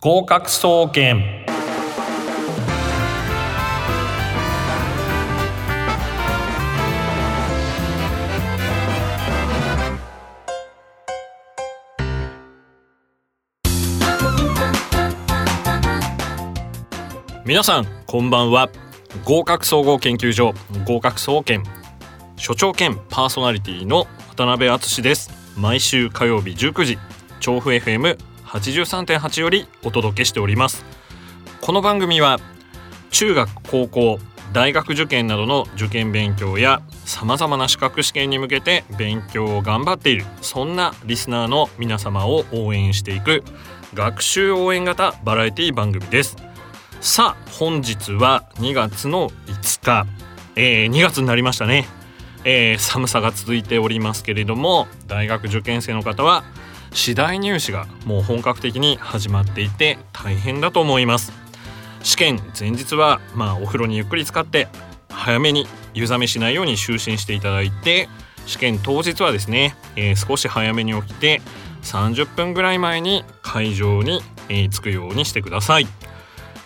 合格総研皆さんこんばんは合格総合研究所合格総研所長兼パーソナリティの渡辺敦です毎週火曜日19時調布 FM83.8 よりお届けしておりますこの番組は中学高校大学受験などの受験勉強やさまざまな資格試験に向けて勉強を頑張っているそんなリスナーの皆様を応援していく学習応援型バラエティ番組ですさあ本日は2月の5日、えー2月になりましたね、えー寒さが続いておりますけれども大学受験生の方は次第入試がもう本格的に始まっていて大変だと思います試験前日はまあお風呂にゆっくり使って早めに湯冷めしないように就寝していただいて試験当日はですね、えー少し早めに起きて30分ぐらい前に会場に、えー着くようにしてください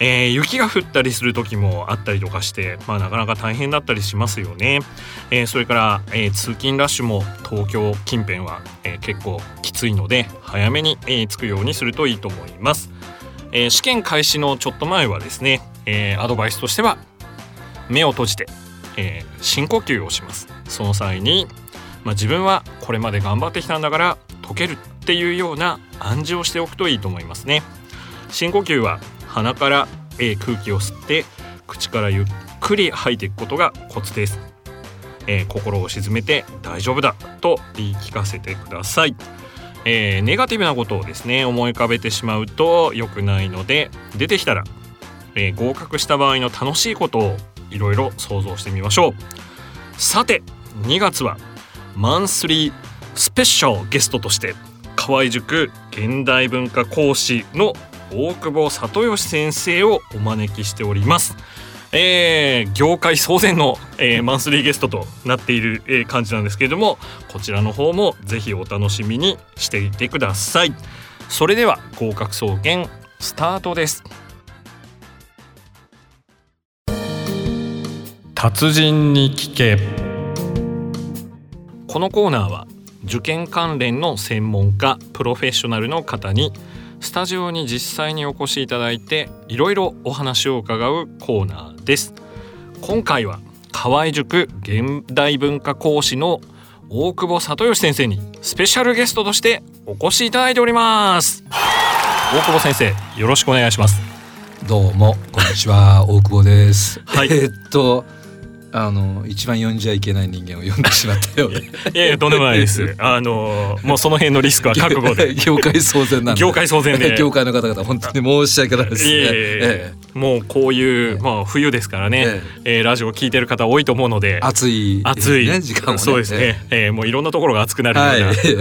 えー雪が降ったりする時もあったりとかして、まあ、なかなか大変だったりしますよね、えーそれから、えー通勤ラッシュも東京近辺は、えー結構きついので早めに、えー着くようにするといいと思います、えー試験開始のちょっと前はですね、えーアドバイスとしては目を閉じて、えー深呼吸をしますその際に、まあ、自分はこれまで頑張ってきたんだから解けるっていうような暗示をしておくといいと思いますね深呼吸は鼻から、えー空気を吸って口からゆっくり吐いていくことがコツです、えー心を沈めて大丈夫だと言い聞かせてください、えーネガティブなことをですね思い浮かべてしまうと良くないので出てきたら、えー合格した場合の楽しいことをいろいろ想像してみましょうさて2月はマンスリースペシャルゲストとして河合塾現代文化講師の大久保里義先生をお招きしております。えー業界騒然の、えーマンスリーゲストとなっている、えー感じなんですけれどもこちらの方もぜひお楽しみにしていてください。それでは合格総研スタートです。達人に聞けこのコーナーは受験関連の専門家プロフェッショナルの方にスタジオに実際にお越しいただいていろいろお話を伺うコーナーです今回は河合塾現代文化講師の大久保里義先生にスペシャルゲストとしてお越しいただいております大久保先生よろしくお願いしますどうもこんにちは大久保です。はいえーっとあの一番呼んじゃいけない人間を呼んでしまったようでいやいやとんでもないですあのもうその辺のリスクは覚悟で 業界騒然なん で業界騒然で 業界の方々本当に申し訳ないですね。いえいええいえもうこういう、まあ、冬ですからね、ええーラジオを聞いてる方多いと思うのでえ暑い暑い、ね時間をねそうですね、えーもういろんなところが暑くなるような、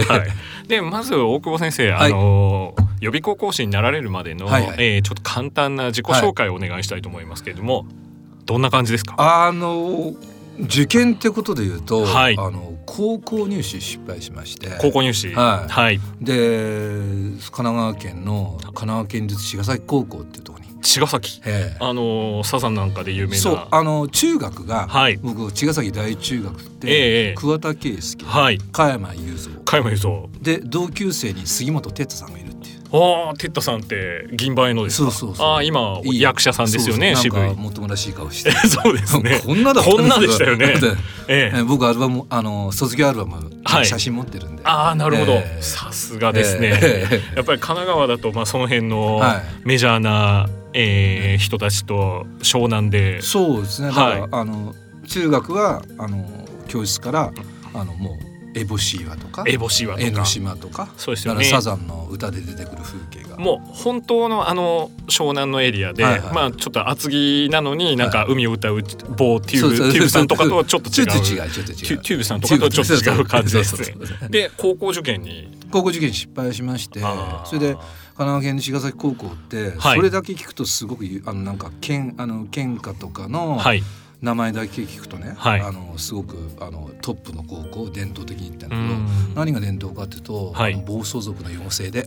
ははいいでまず大久保先生、はいあのー予備校講師になられるまでの、はいはいえーちょっと簡単な自己紹介をお願いしたいと思いますけれども、どんな感じですかあの受験ってことで言うと、はいあの高校入試失敗しまして高校入試はいはい、で神奈川県の神奈川県立茅ヶ崎高校っていうところに、茅ヶ崎ええあのーサザンなんかで有名なそうあの中学が、はい僕茅ヶ崎第一中学って、ええええ桑田佳祐はい加山雄三加山雄三で同級生に杉本哲太さんがいるっていうああテッタさんって銀杯のですかそうそうそうああ今いい役者さんですよねそう渋そうなんいかもっともらしい顔してそうです ねこんなだったこんなでしたよねだってえええ僕アルバムあの卒業アルバム、はい写真持ってるんでああなるほど、ええさすがですね、ええやっぱり神奈川だとまあその辺のはメジャーな、えー人たちと湘南でそうですねだから、はいあの中学はあの教室からあのもうエボシーワとかエボシはと江かノ島とかそうですだよからねサザンの歌で出てくる風景がもう本当のあの湘南のエリアで、はいはいまあちょっと厚着なのになんか海を歌う某テューそうブ、そうテューブさんとかとはちょっと違うちょっと違うちょっと違テュうーテューブさんとかとはちょっと違う感じですねそうそうそうそうで高校受験に、高校受験失敗しましてあーそれで神奈川県の茅ヶ崎高校って、はいそれだけ聞くとすごくゆあのなんか県あの県下とかのはい名前だけ聞くとね、はいあのすごくあのトップの高校伝統的に言ったんうだけど、ん何が伝統かっていうと、はいあの暴走族の養成で、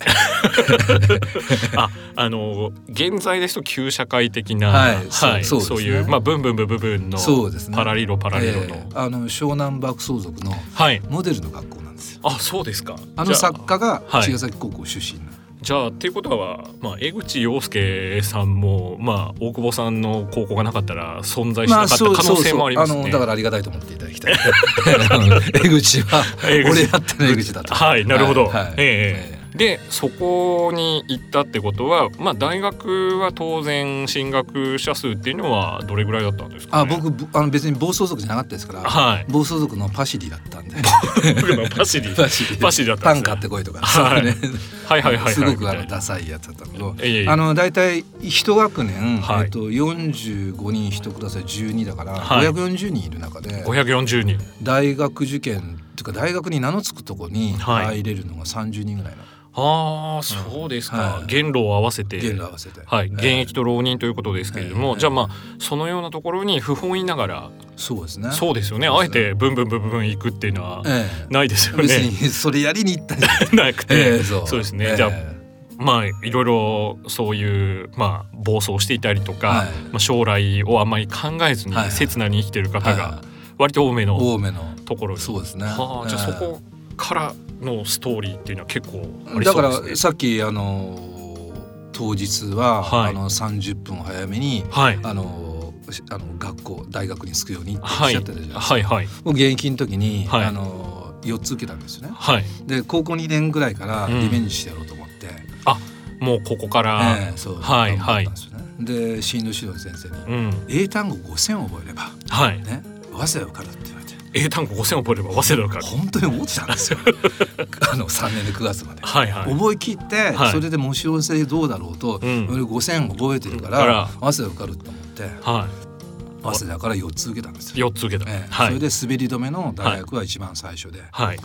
ああの現在ですと旧社会的な、はそいそううそうですねいう、まあ、ブンブンブンブンブンのそうですねパラリロパラリロの、えーあの湘南爆走族のはいモデルの学校なんですよ。あそうですかあじゃの作家がはい茅ヶ崎高校出身なの、じゃあっていうことは、まあ、江口洋介さんも、まあ、大久保さんの高校がなかったら存在しなかった可能性もありますあね。のだからありがたいと思っていただ きたい。江口は江口俺やっての江口だと。はいなるほど、はいはいええでそこに行ったってことは、まあ、大学は当然進学者数っていうのはどれぐらいだったんですか、あね、僕ぶあの別に暴走族じゃなかったですから、 はい暴走族のパシリだったんで。僕のパシリパシリパシリだったパんでンすね買ってこいとか、はいそうねはいはいはいはいすごくあみたのいなダサいやつだったんだけど。いえいえあの大体一学年、はいえっと45人一クラスで12だから、はい540人いる中で540人大学受験っていうか大学に名の付くとこにはい入れるのが30人ぐらいの、ああそうですか、はい元老を合わせて元老合わせて、はい、えー現役と浪人ということですけれども、ええじゃあまあそのようなところに不本意ながらそうですねそうですよねそうあでえすねてブンブンブンブンブン行くっていうのはえないです よえね。別にそれやりに行ったんじゃないなくて、ええそうそうですねじゃあえまあいろいろそういうまあ暴走していたりとか、はいまあ、将来をあんまり考えずにはい刹那に生きてるえ方はがい割と多めの青梅のところに、そうですねはあじゃあえそえこからのストーリーっていうのは結構ありだそかうでらすね。さっきあの当日は、はいあの30分早めにはいあのしあの学校大学に着くようにっておっはしいゃってたじゃないですか、はいはい僕現役の時に、はいあの4つ受けたんですよねはいで高校2年ぐらいからうんリベンジしてやろうと思って、もうここから、ええそうはい頑張ったんですよね、で進路指導の先生にうん「英単語5000覚えればはいね早稲田受かる」って言われて英単語5000覚えれば早稲田から本当に思ってたん ですよあの3年で9月まで。はいはい覚え切って、はいそれで模試音声どうだろうと、うん俺5,000覚えてるかからら早稲田受かると思っては早稲田から4つ受けたんですいよ。 4つ受けた、ええはそれいで滑り止めの大学は一番最初で、はい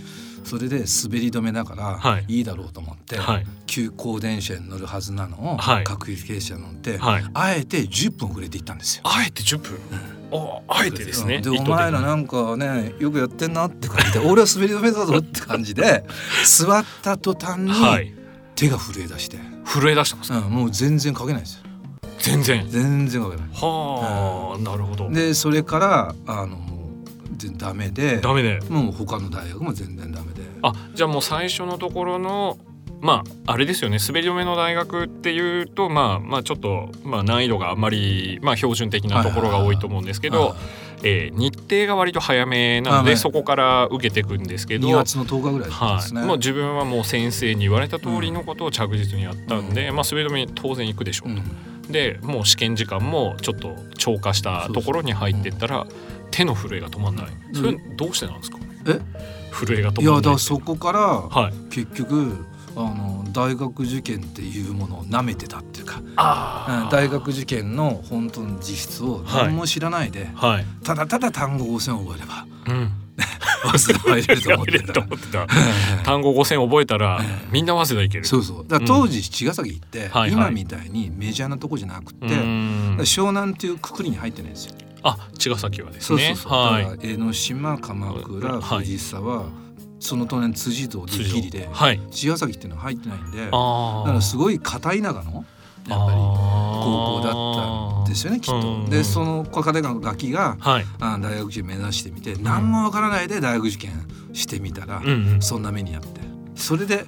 それで滑り止めだから、はいい、いだろうと思って、はい急行電車に乗るはずなのを、はい各駅停車に乗って、はいあえて10分遅れて行ったんですよ。あえて10分、ああえてですね、うん意図お的に前らなんかねよくやってんなって感じで 俺は滑り止めだぞって感じ で座った途端にはい手が震え出して、震え出したんですうん、もう全然書けないですよ全然全然書けないはあなるほどでそれからあのもう全然ダメでダメねもう他の大学も全然ダメであじゃあもう最初のところのまああれですよね滑り止めの大学っていうとまあまあちょっと、まあ、難易度があんまり、まあ、標準的なところが多いと思うんですけど、えー日程が割と早めなのはでいそこから受けていくんですけど2月の10日ぐらいではすい、ね、もう自分はもう先生に言われた通りのことを着実にやったんで、うまあ、滑り止めに当然行くでしょううと、んでもう試験時間もちょっと超過したところに入ってったら手の震えが止まんない、んそれどうしてなんですかえ震えが止いやまんだないからそこからはい結局あの大学受験っていうものを舐めてたっていうか、あうんー大学受験の本当の実質を何も知らないで、はい、ただただ単語5000覚えればうん、早稲田入れると思っ入れてるとたか思ってたら。単語5000覚えたらええみんな早稲田いけるそうそうだから当時茅ヶ崎行って、はいはい今みたいにメジャーなとこじゃなくて、うーん湘南っていうくくりに入ってないんですよ。あ茅ヶ崎はですねはいだから江ノ島、鎌はい倉、藤沢、その隣辻堂で通常ギリで、はい茅ヶ崎っていうのは入ってないんで、だかあらすごいごい片田舎のやっぱり高校だったんですよねきっと。でその片田舎のガキがはい、あ大学受験目指してみて、何もわからないで大学受験してみたら、うんうん、そんな目にあって、それで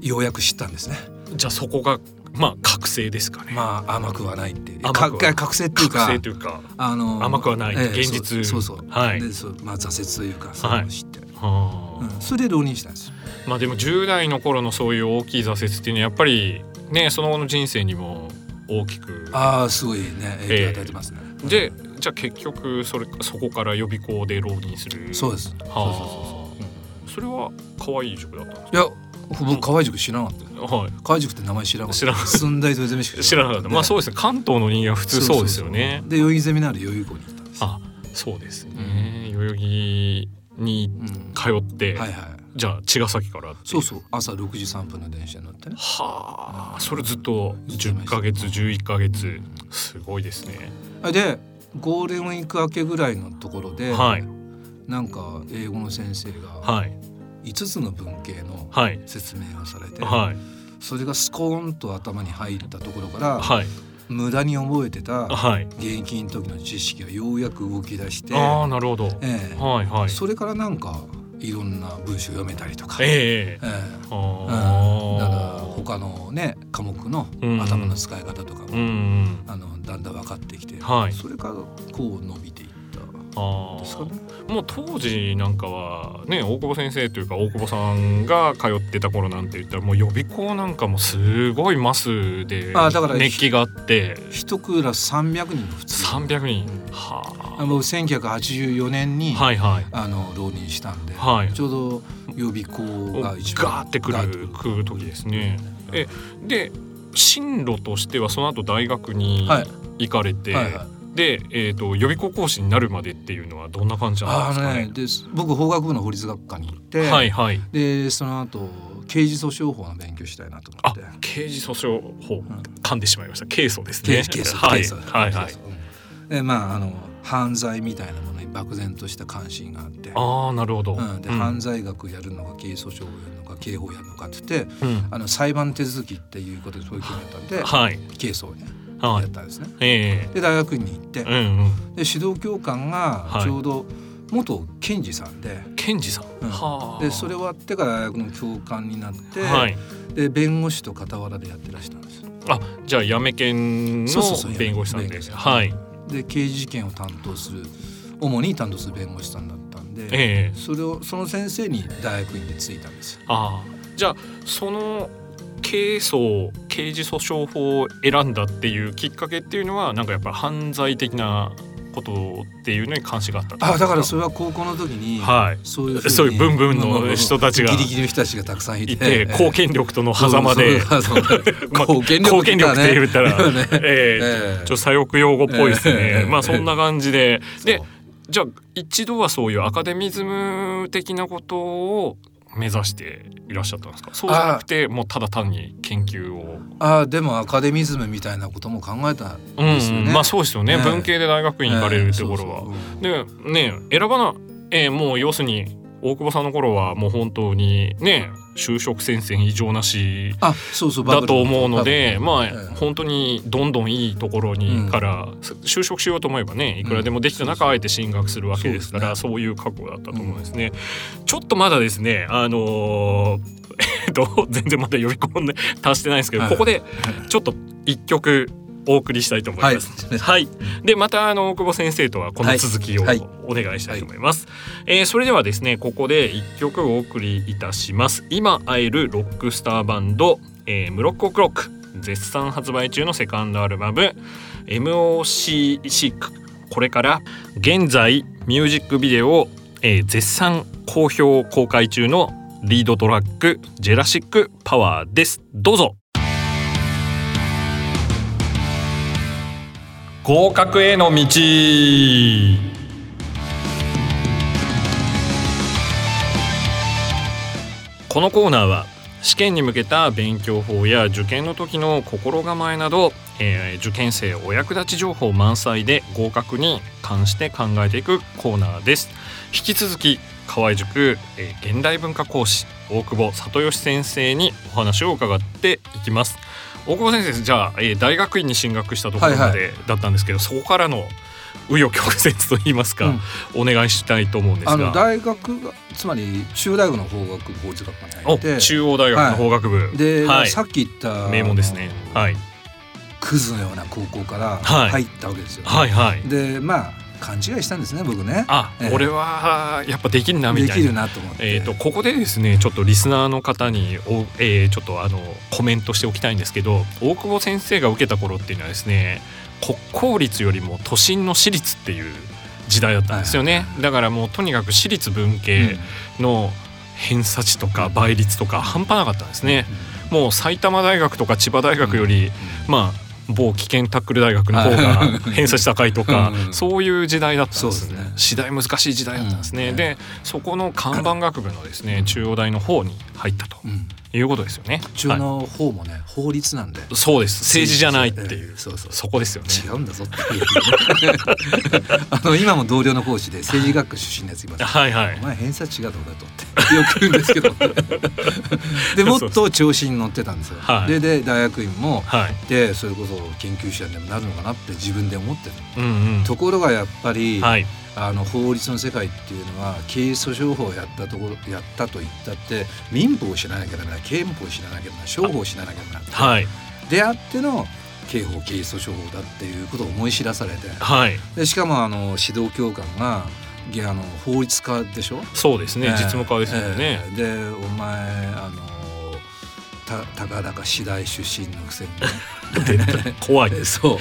ようやく知ったんですね。じゃあそこがまあ覚醒ですかね。まあ甘くはないっていう甘くはか覚醒っていう覚か醒というかあの甘くはないええ現実そうそうそうはいでそうまあ挫折というかそういうのを知って、はあうん、それで浪人したんですよまあでも10代の頃のそういう大きい挫折っていうのはやっぱりねその後の人生にも大きくああすごいね影響を与えてますね、でじゃあ結局それそこから予備校で浪人するそううですはそうあそうそうそれは可愛い塾だったんですそううんいや僕河合塾知らなかったよかはい河合塾って名前知らなかった知らなかった寸大とゼミしか知らなかったまあそううですね関東の人間は普通そうですよねそうそうそうで代々木ゼミなら代々木校に行ったんですよあそうですね代々木にうん通って、はいはいじゃあ茅ヶ崎からっていそうそう朝6時3分の電車に乗ってねはあそれずっと10ヶ月11ヶ月すごいですねでゴールデンウィーク明けぐらいのところで、はいなんか英語の先生がはい5つの文系のはい説明をされて、はいそれがスコーンと頭に入ったところから、はい無駄に覚えてたはい現役の時の知識がようやく動き出して、ああなるほどええはいはいそれからなんかいろんな文章を読めたりとか。ええええうんあだからあ他のね科目のうん頭の使い方とかうも、んあのだんだん分かってきて、はいそれからこう伸びていったあですあかね。もう当時なんかはね大久保先生というか大久保さんが通ってた頃なんて言ったらもう予備校なんかもすごいマスであだから熱気があって一クーラス300人の普通300人うんはあ僕1984年に、あはいはいあの浪人したんで、はいちょうど予備校ガが一番ーってくガーッてるくる時ですね。えで進路としてはその後大学にはい行かれて、はいはいで、えー、と予備校講師になるまでっていうのはどんな感じなんであすのかねね。です僕法学部の法律学科に行って、はいはい。でその後刑事訴訟法の勉強したいなと思あって。刑事訴訟法、ん噛んでしまいました。刑訴ですケね。ースケースはいケースはいはいケ。ースうんでまああの犯罪みたいなものに漠然とした関心があってああなるほど。うん、でうん犯罪学やるのか刑事訴訟をやるのか刑法やるのかって言ってうんあの裁判手続きっていうことでそういう興味だったんではい刑訴をねやはっい。たんですね。えで大学院に行ってえでうんうん。指導教官がはいちょうど元検事さんで。検事さん。うんはあ。でそれ終わってから大学の教官になって、はい。で弁護士と傍らでやってらしたんですあじゃあやめ検そうそうそうの弁護士さんで弁護士さんはい。で刑事事件を担当する主に担当する弁護士さんだったんで、ええそれをその先生に大学院でついたんですよ。ああじゃあその刑訴刑事訴訟法を選んだっていうきっかけっていうのはなんかやっぱ犯罪的なことっていうのに関心があったってこあとだからですそれは高校の時に、はいそういうふにそういうブンブンの人たちがギリギリの人たちがたくさんいていて貢献力との狭間でそうそうそう まあ貢献力貢献力って言ったら ねえええちょえっと左翼用語っぽいですえねえまあそんな感じででそうじゃあ一度はそういうアカデミズム的なことを目指していらっしゃったんですかそうじゃなくてもうただ単に研究をあでもアカデミズムみたいなことも考えたんうですよね。んまあそうですよねええ文系で大学院行かれるところは。ええそうそでうね選ばな、えーもう要するに大久保さんの頃はもう本当にね就職戦線異常なしあそうそうだバブルと思うのでまあ、ええ本当にどんどんいいところにうんから、就職しようと思えばねいくらでもできた中、あえて進学するわけですからそう,、いう覚悟だったと思うんですね。ちょっとまだですねあのー えっと全然まだ呼び込んで達してないんですけど、はいここでちょっと一曲お送りしたいと思います。はいはい、でまたあの大久保先生とはこの続きをはいはいお願いしたいと思います、えーそれではですねここで一曲お送りいたします今会えるロックスターバンド、えー、ムロッコクロック絶賛発売中のセカンドアルバム MOC これから現在ミュージックビデオを、えー絶賛好評公開中のリードトラック「ジェラシック・パワー」ですどうぞ合格への道このコーナーは試験に向けた勉強法や受験の時の心構えなど、えー受験生お役立ち情報満載で合格に関して考えていくコーナーです引き続き河合塾、えー現代文化講師大久保里義先生にお話を伺っていきます大久保先生じゃあ、えー大学院に進学したところまでだったんですけど、そこからの紆余曲折といいますか、お願いしたいと思うんですあのが大学がつまり中央大学の法学部法律学科に入おって中央大学の法学部、で、はいさっき言った名門ですねあのはいクズのような高校からはい入ったわけですよ、はいはいでまあ勘違いしたんですね僕ねあ、ええ俺はやっぱできるなみでたいきなるなと思って、えー、とここでですねちょっとリスナーの方にお、えーちょっとあのコメントしておきたいんですけど大久保先生が受けた頃っていうのはですね国公立よりも都心の私立っていう時代だったんですよね、だからもうとにかく私立文系の偏差値とか倍率とか半端なかったんですねもう埼玉大学とか千葉大学より、まあ某危険タックル大学の方が偏差値高いとかうんそういう時代だったんですそうねですね次第難しい時代だったんですね、うんでそこの看板学部のですね中央大の方に入ったとうんうんいうことですよね。中はいの方もね、法律なんでそうです政治じゃないっていう、んそうそうそこですよね。違うんだぞっていう あの今も同僚の講師で政治学科出身のやついますはいはいお。前偏差値がどうだとってよく言うんです けどでもっと調子に乗ってたんですよ、はいでで大学院もはい。でそれこそ研究者にでもなるのかなって自分で思ってたうんうん。ところがやっぱり、はい。あの法律の世界っていうのは刑事訴訟法をやったところやったと言ったって民法を知らなきゃダメだ憲法を知らなきゃダメだ商法を知らなきゃダメだ、はい。であっての刑法刑事訴訟法だっていうことを思い知らされてはい。でしかもあの指導教官がげあの法律家でしょそうですね。ええ実務家ですよね。ええでお前あのたたかだか次第出身のくせに怖いね そ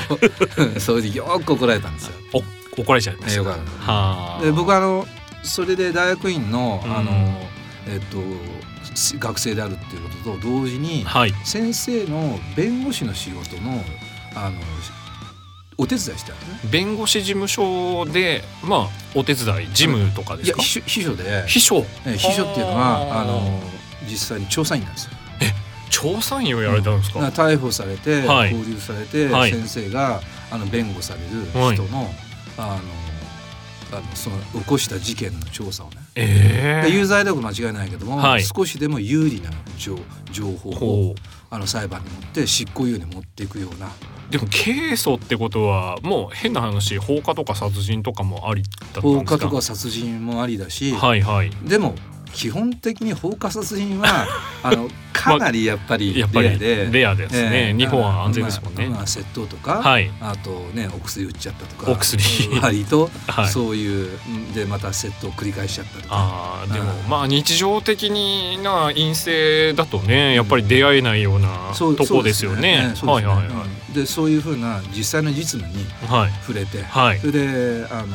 う それでよく怒られたんですよ。お怒られちゃいまええしよた。かっはたあ。で僕はあのそれで大学院のあの、うんえっとし学生であるっていうことと同時にはい。先生の弁護士の仕事のあのお手伝いしてたんですね。弁護士事務所でまあお手伝い事務とかでいすやか秘。書秘書で秘書ええ秘書っていうのはああーの実際に調査員なんですよ。調査員をやられたんですか。だから逮捕されて、はい拘留されて、はい先生があの弁護される人の、はいあのあのその起こした事件の調査をね、ええで有罪では間違いないけども、はい少しでも有利な情情報をほあの裁判に持って執行猶予に持っていくようなうでも刑訴ってことはもう変な話放火とか殺人とかもありだったんですか放火とか殺人もありだし、はいはいでも基本的に放火殺 人はあのかなりやっぱりレやアっぱりで。レアですね、ええ日本は安全ですもんね、まあまあ窃盗とか、はいあとねお薬売っちゃったとかお薬割とはいそういう、んでまた窃盗を繰り返しちゃったとかあーでもうんまあ日常的な陰性だとねやっぱり出会えないようなそうとこですよね。そうはでいはすねいそうはですねうんでそういうふうな実際の実務にいはい触れて、はいそれであの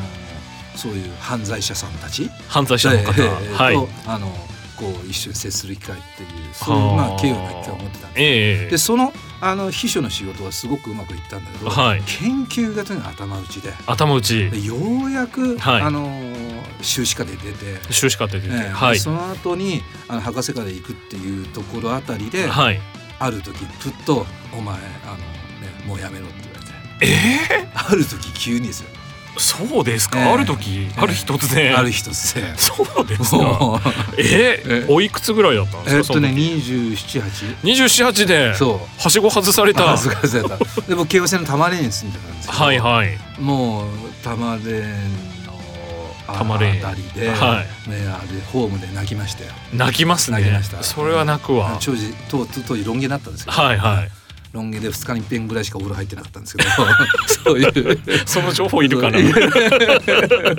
そういう犯罪者さんたち犯罪者の方ええええはいとあのこう一緒に接する機会っていうそういうまあ軽有な機会を持ってたんですええでそのあの秘書の仕事はすごくうまくいったんだけど、はい研究がとにかく頭打ちで頭打ちでようやく、はいあのー修士課で出て、修士課程で、ええはいその後にあの博士課で行くっていうところあたりで、はいある時プッと「お前あの、ね、もうやめろ」って言われてええある時急にですよそうですか、ええある時、ある日突然ある一つで。 そうですかもうえええおいくつぐらいだったんですかえっとねその時278 2728でそうはしご外された恥ずかしされ たでも京王線の玉霊に住んでたんですけど、はいはいもう玉霊の多あ摩霊あたりで、はいね、あれホームで泣きましたよ泣きますね泣きましたそれは泣くわ当時当当時ロン毛だったんですけど、はいはいロン毛で2日に一遍ぐらいしかお風呂入ってなかったんです けどそういうその情報いるかな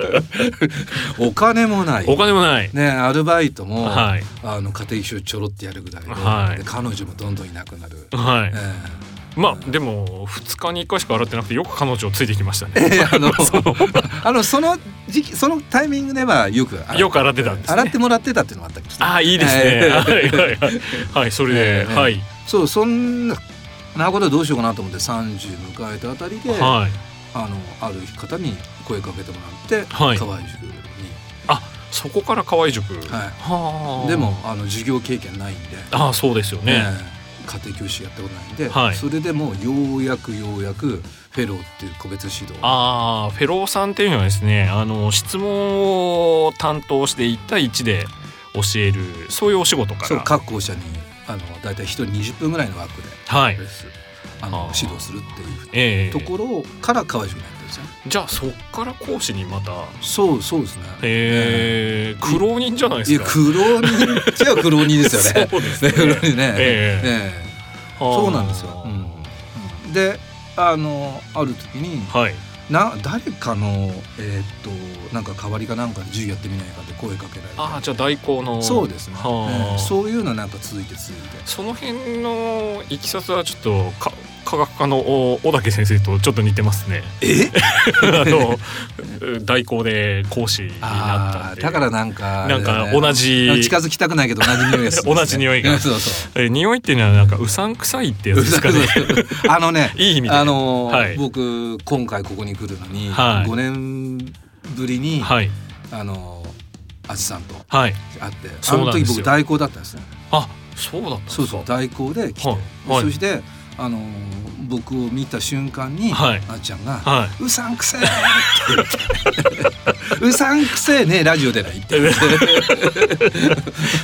お金もないお金もないねアルバイトも、はいあの家庭教師ちょろってやるぐらいで,、はいで彼女もどんどんいなくなる、はいえまあでも2日に1回しか洗ってなくてよく彼女をついてきましたえね あの あのその時期そのタイミングではよく洗っよく洗ってたんです洗ってもらってたっていうのもあったけどねああいいですね、ええはいはいはいはいそれで、ええはい、そうそんなことどうしようかなと思って30迎えたあたりで、はいあのある方に声かけてもらって、はい河合塾に、そこから河合塾はいはあでもあの授業経験ないんで、ああそうですよね、えー家庭教師やったことないんで、はいそれでもうようやくようやくフェローっていう個別指導ああフェローさんっていうのはですねあの質問を担当して1対1で教えるそういうお仕事からそう各校舎にあの大体1人20分ぐらいの枠ではいああのー指導するっていうええところから河合塾になってるんですよ。じゃあそっから講師にまたそうそうですね。ええ苦労人じゃないでいすやか苦労人っちゃ苦労人ですよね。 そうですねね 苦労人ね。ええええそうなんですよ。うんであのある時にはいな誰かのえーっとなんか代わりかなんかで授業やってみないかって声かけられてああじゃあ代行のそうですね、はあええそういうのはなんか続いて続いてその辺のいきさつはちょっとか科学科のお小竹先生とちょっと似てますねえ あの代行で講師になったあっあていうだからなんか、なんか同じ近づきたくないけど同じ匂いがするんです、 同じ匂いが そうそうえ匂いっていうのはなんかうさんくさいってやつ ですかねあのね いい意味であのーはい僕今回ここに来るのに、はい5年ぶりに、はいあのーあじさんとはい会ってそあうのなんで時すよ僕代行だったんですねあそうだったんですかそうそう代行で来て、はいはいそしてあのー僕を見た瞬間に、はいあっちゃんがはい「うさんくせえ!」って言って うさんくせえねラジオでない」って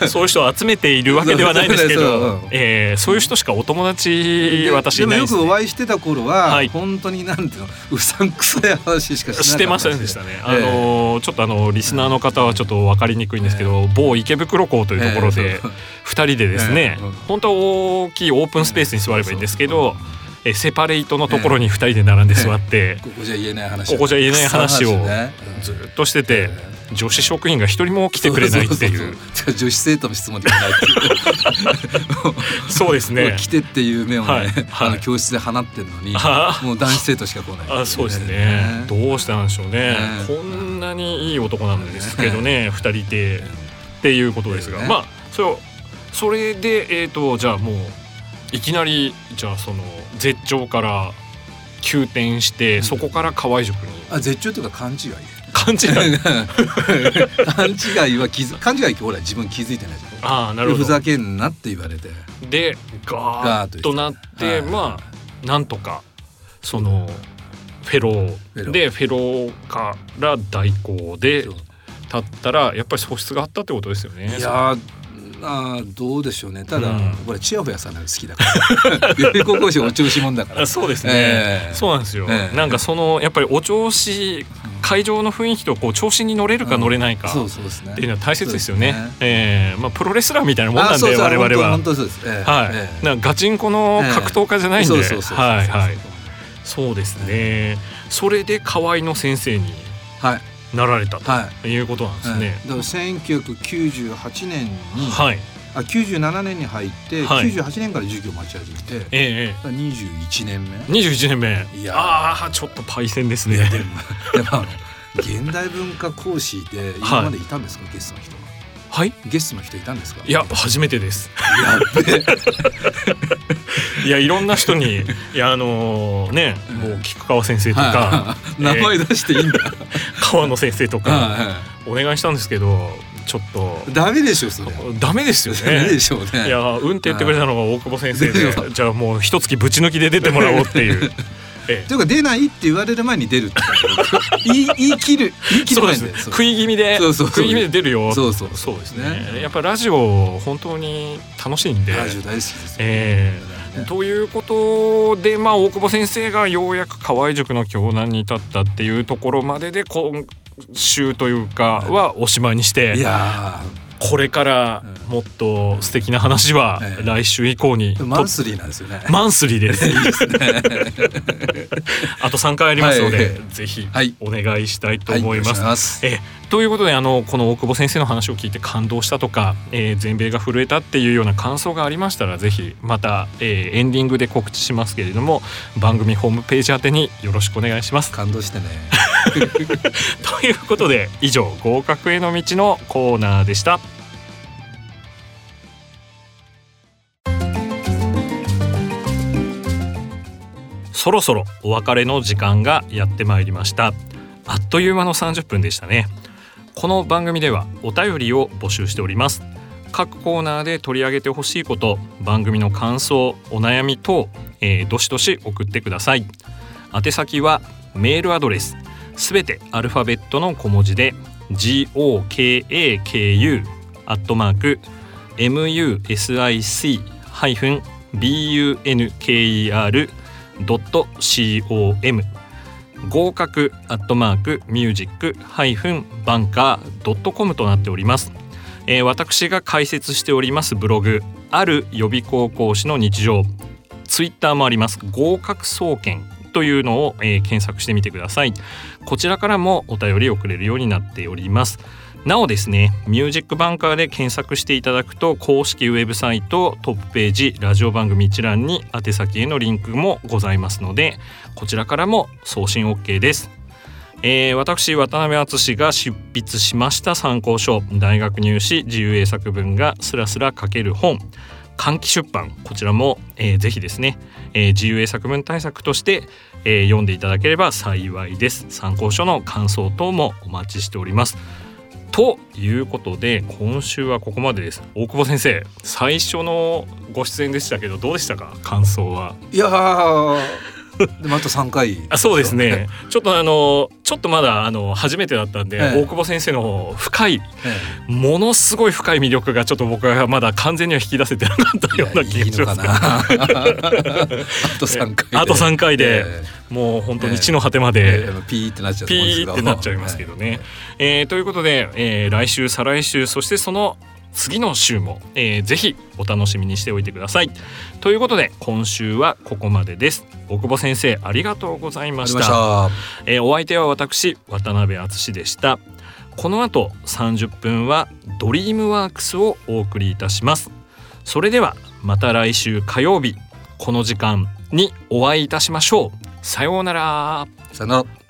そういう人を集めているわけではないですけそうそうどそう、えーそういう人しかお友達で私いもないでよすくお会いしてた頃は、はい本当になんていうのうさんくせえ話しかしなかったしてませんでしたね。あええのーちょっとあのリスナーの方はちょっとわかりにくいんですけど、某池袋港というところええでそう二人でですねええうん、本当は大きいオープンスペースに座ればいいんですけどそうそう、えセパレートのところに二人で並んで座ってここじゃ言えない話ここじゃ言えない話をくそねうんずっとしててえ、女子職員が一人も来てくれないっていそううそ。そそ女子生徒の質問できないっていうそうですね。来てっていう目をね、はいはいあの教室で放ってんのにあもう男子生徒しか来ないあそうですね。どうしたんでしょうねね。こんなにいい男なんですけどね、二人でっていうことですが、ねまあそれをそれでえっ、とじゃあもういきなりじゃあその絶頂から急転して、そこから河合塾にあ絶頂というか 勘違い感 じが勘違いは気づ勘違いってほら自分気づいてないじゃんああなるほふどざ。けんなって言われてでガーガーッッととなって、はいまあなんとかそのフェローフェローでフェローから代行でそう立ったらやっぱり素質があったってことですよね。いやーあーどうでしょうねただ、うんほらチヤホヤされるの好きだから 高校生お調子者だからあそうですね、ええそうなんですよ、ええなんかそのやっぱりお調子会場の雰囲気とこう調子に乗れるか乗れないかそうっそうですねていうのは大切ですよねそうですええまあ、プロレスラーみたいなもんなんあそうでそう我々は本。当本当そうです、ええはい、ええなんかガチンコの格闘家じゃないんで、そうそうそうそうはいはい、そうですね。それで河合の先生にはいなられたはいということなんですねえ。えだから1998年に、はい、あ97年に入って、はい98年から授業を待ち始めてだかえええら21年目え、二十一年目。いやーああ、ちょっとパイセンですいねや。でもでもあの現代文化講師で今までいたんですか、ゲストの人ははい、ゲストの人いたんですかいや、初めてです。やっべえいや、いろんな人に、いや、あのーね、うんもう菊川先生とかは。い名前出していいんだ、川野先生とか、はお願いしたんですけど、ちょっと。いダメでしょそれダメですよダメねで。しょうねいやうんって言ってくれたのが大久保先 生ですでよじゃあもう一月ぶち抜きで出てもらおうって いう、ええというか出ないって言われる前に出るって言い言い切る言い切るそうで前にすね出るそう食い気味でそうそうそう食い気味で出るよそうそうそうですねねやっぱラジオ本当に楽しいんでラジオ大好きですよ、ええねということで、まあ、大久保先生がようやく河合塾の教壇に立ったっていうところまでで今週というかはおしまいにしいてやこれからもっと素敵な話はええ来週以降にーとマンスリーなんですよねマンスリー です。あと3回ありますので、はいぜひはいお願いしたいと思います。はいよろしくお願いしますえということであのこの大久保先生の話を聞いて感動したとか、えー全米が震えたっていうような感想がありましたらぜひまた、えーエンディングで告知しますけれども番組ホームページ宛てによろしくお願いします。感動してね ということで以上合格への道のコーナーでした。そろそろお別れの時間がやってまいりましたあっという間の30分でしたねこの番組ではお便りを募集しております各コーナーで取り上げてほしいこと番組の感想お悩み等、えーどしどし送ってください宛先はメールアドレスすべてアルファベットの小文字で gokaku アットマーク music-bunker.com 合格アットマークミュージックハイフンバンカー .com となっております、えー私が解説しておりますブログある予備高校師の日常ツイッターもあります合格総研というのを、えー検索してみてくださいこちらからもお便りをくれるようになっておりますなおですね、ミュージックバンカーで検索していただくと公式ウェブサイトトップページラジオ番組一覧に宛先へのリンクもございますのでこちらからも送信 OK です。えー私渡辺敦が執筆しました参考書大学入試自由英作文がスラスラ書ける本換気出版こちらも、えーぜひですね、えー自由英作文対策として、えー読んでいただければ幸いです参考書の感想等もお待ちしておりますということで今週はここまでです大久保先生最初のご出演でしたけどどうでしたか感想はいやーでもあと3回あそうです ねちょっとあのちょっとまだあの初めてだったんで、ええ大久保先生の深いええものすごい深い魅力がちょっと僕はまだ完全には引き出せてなかったような気がしますいやいいのかなあと3回であと3回で、えもう本当えにえ地の果てまえでええピーってなっちゃうと思うんですピけーどってなっちゃいますけどね。えーということで、えー来週再来週そしてその次の週も、えーぜひお楽しみにしておいてください。ということで今週はここまでです。大久保先生ありがとうございあまりしまた。したえーお相手は私渡辺敦でした。この後30分はドリームワークスをお送りいたします。それではまた来週火曜日この時間にお会いいたしましょう。さようなら。さよなら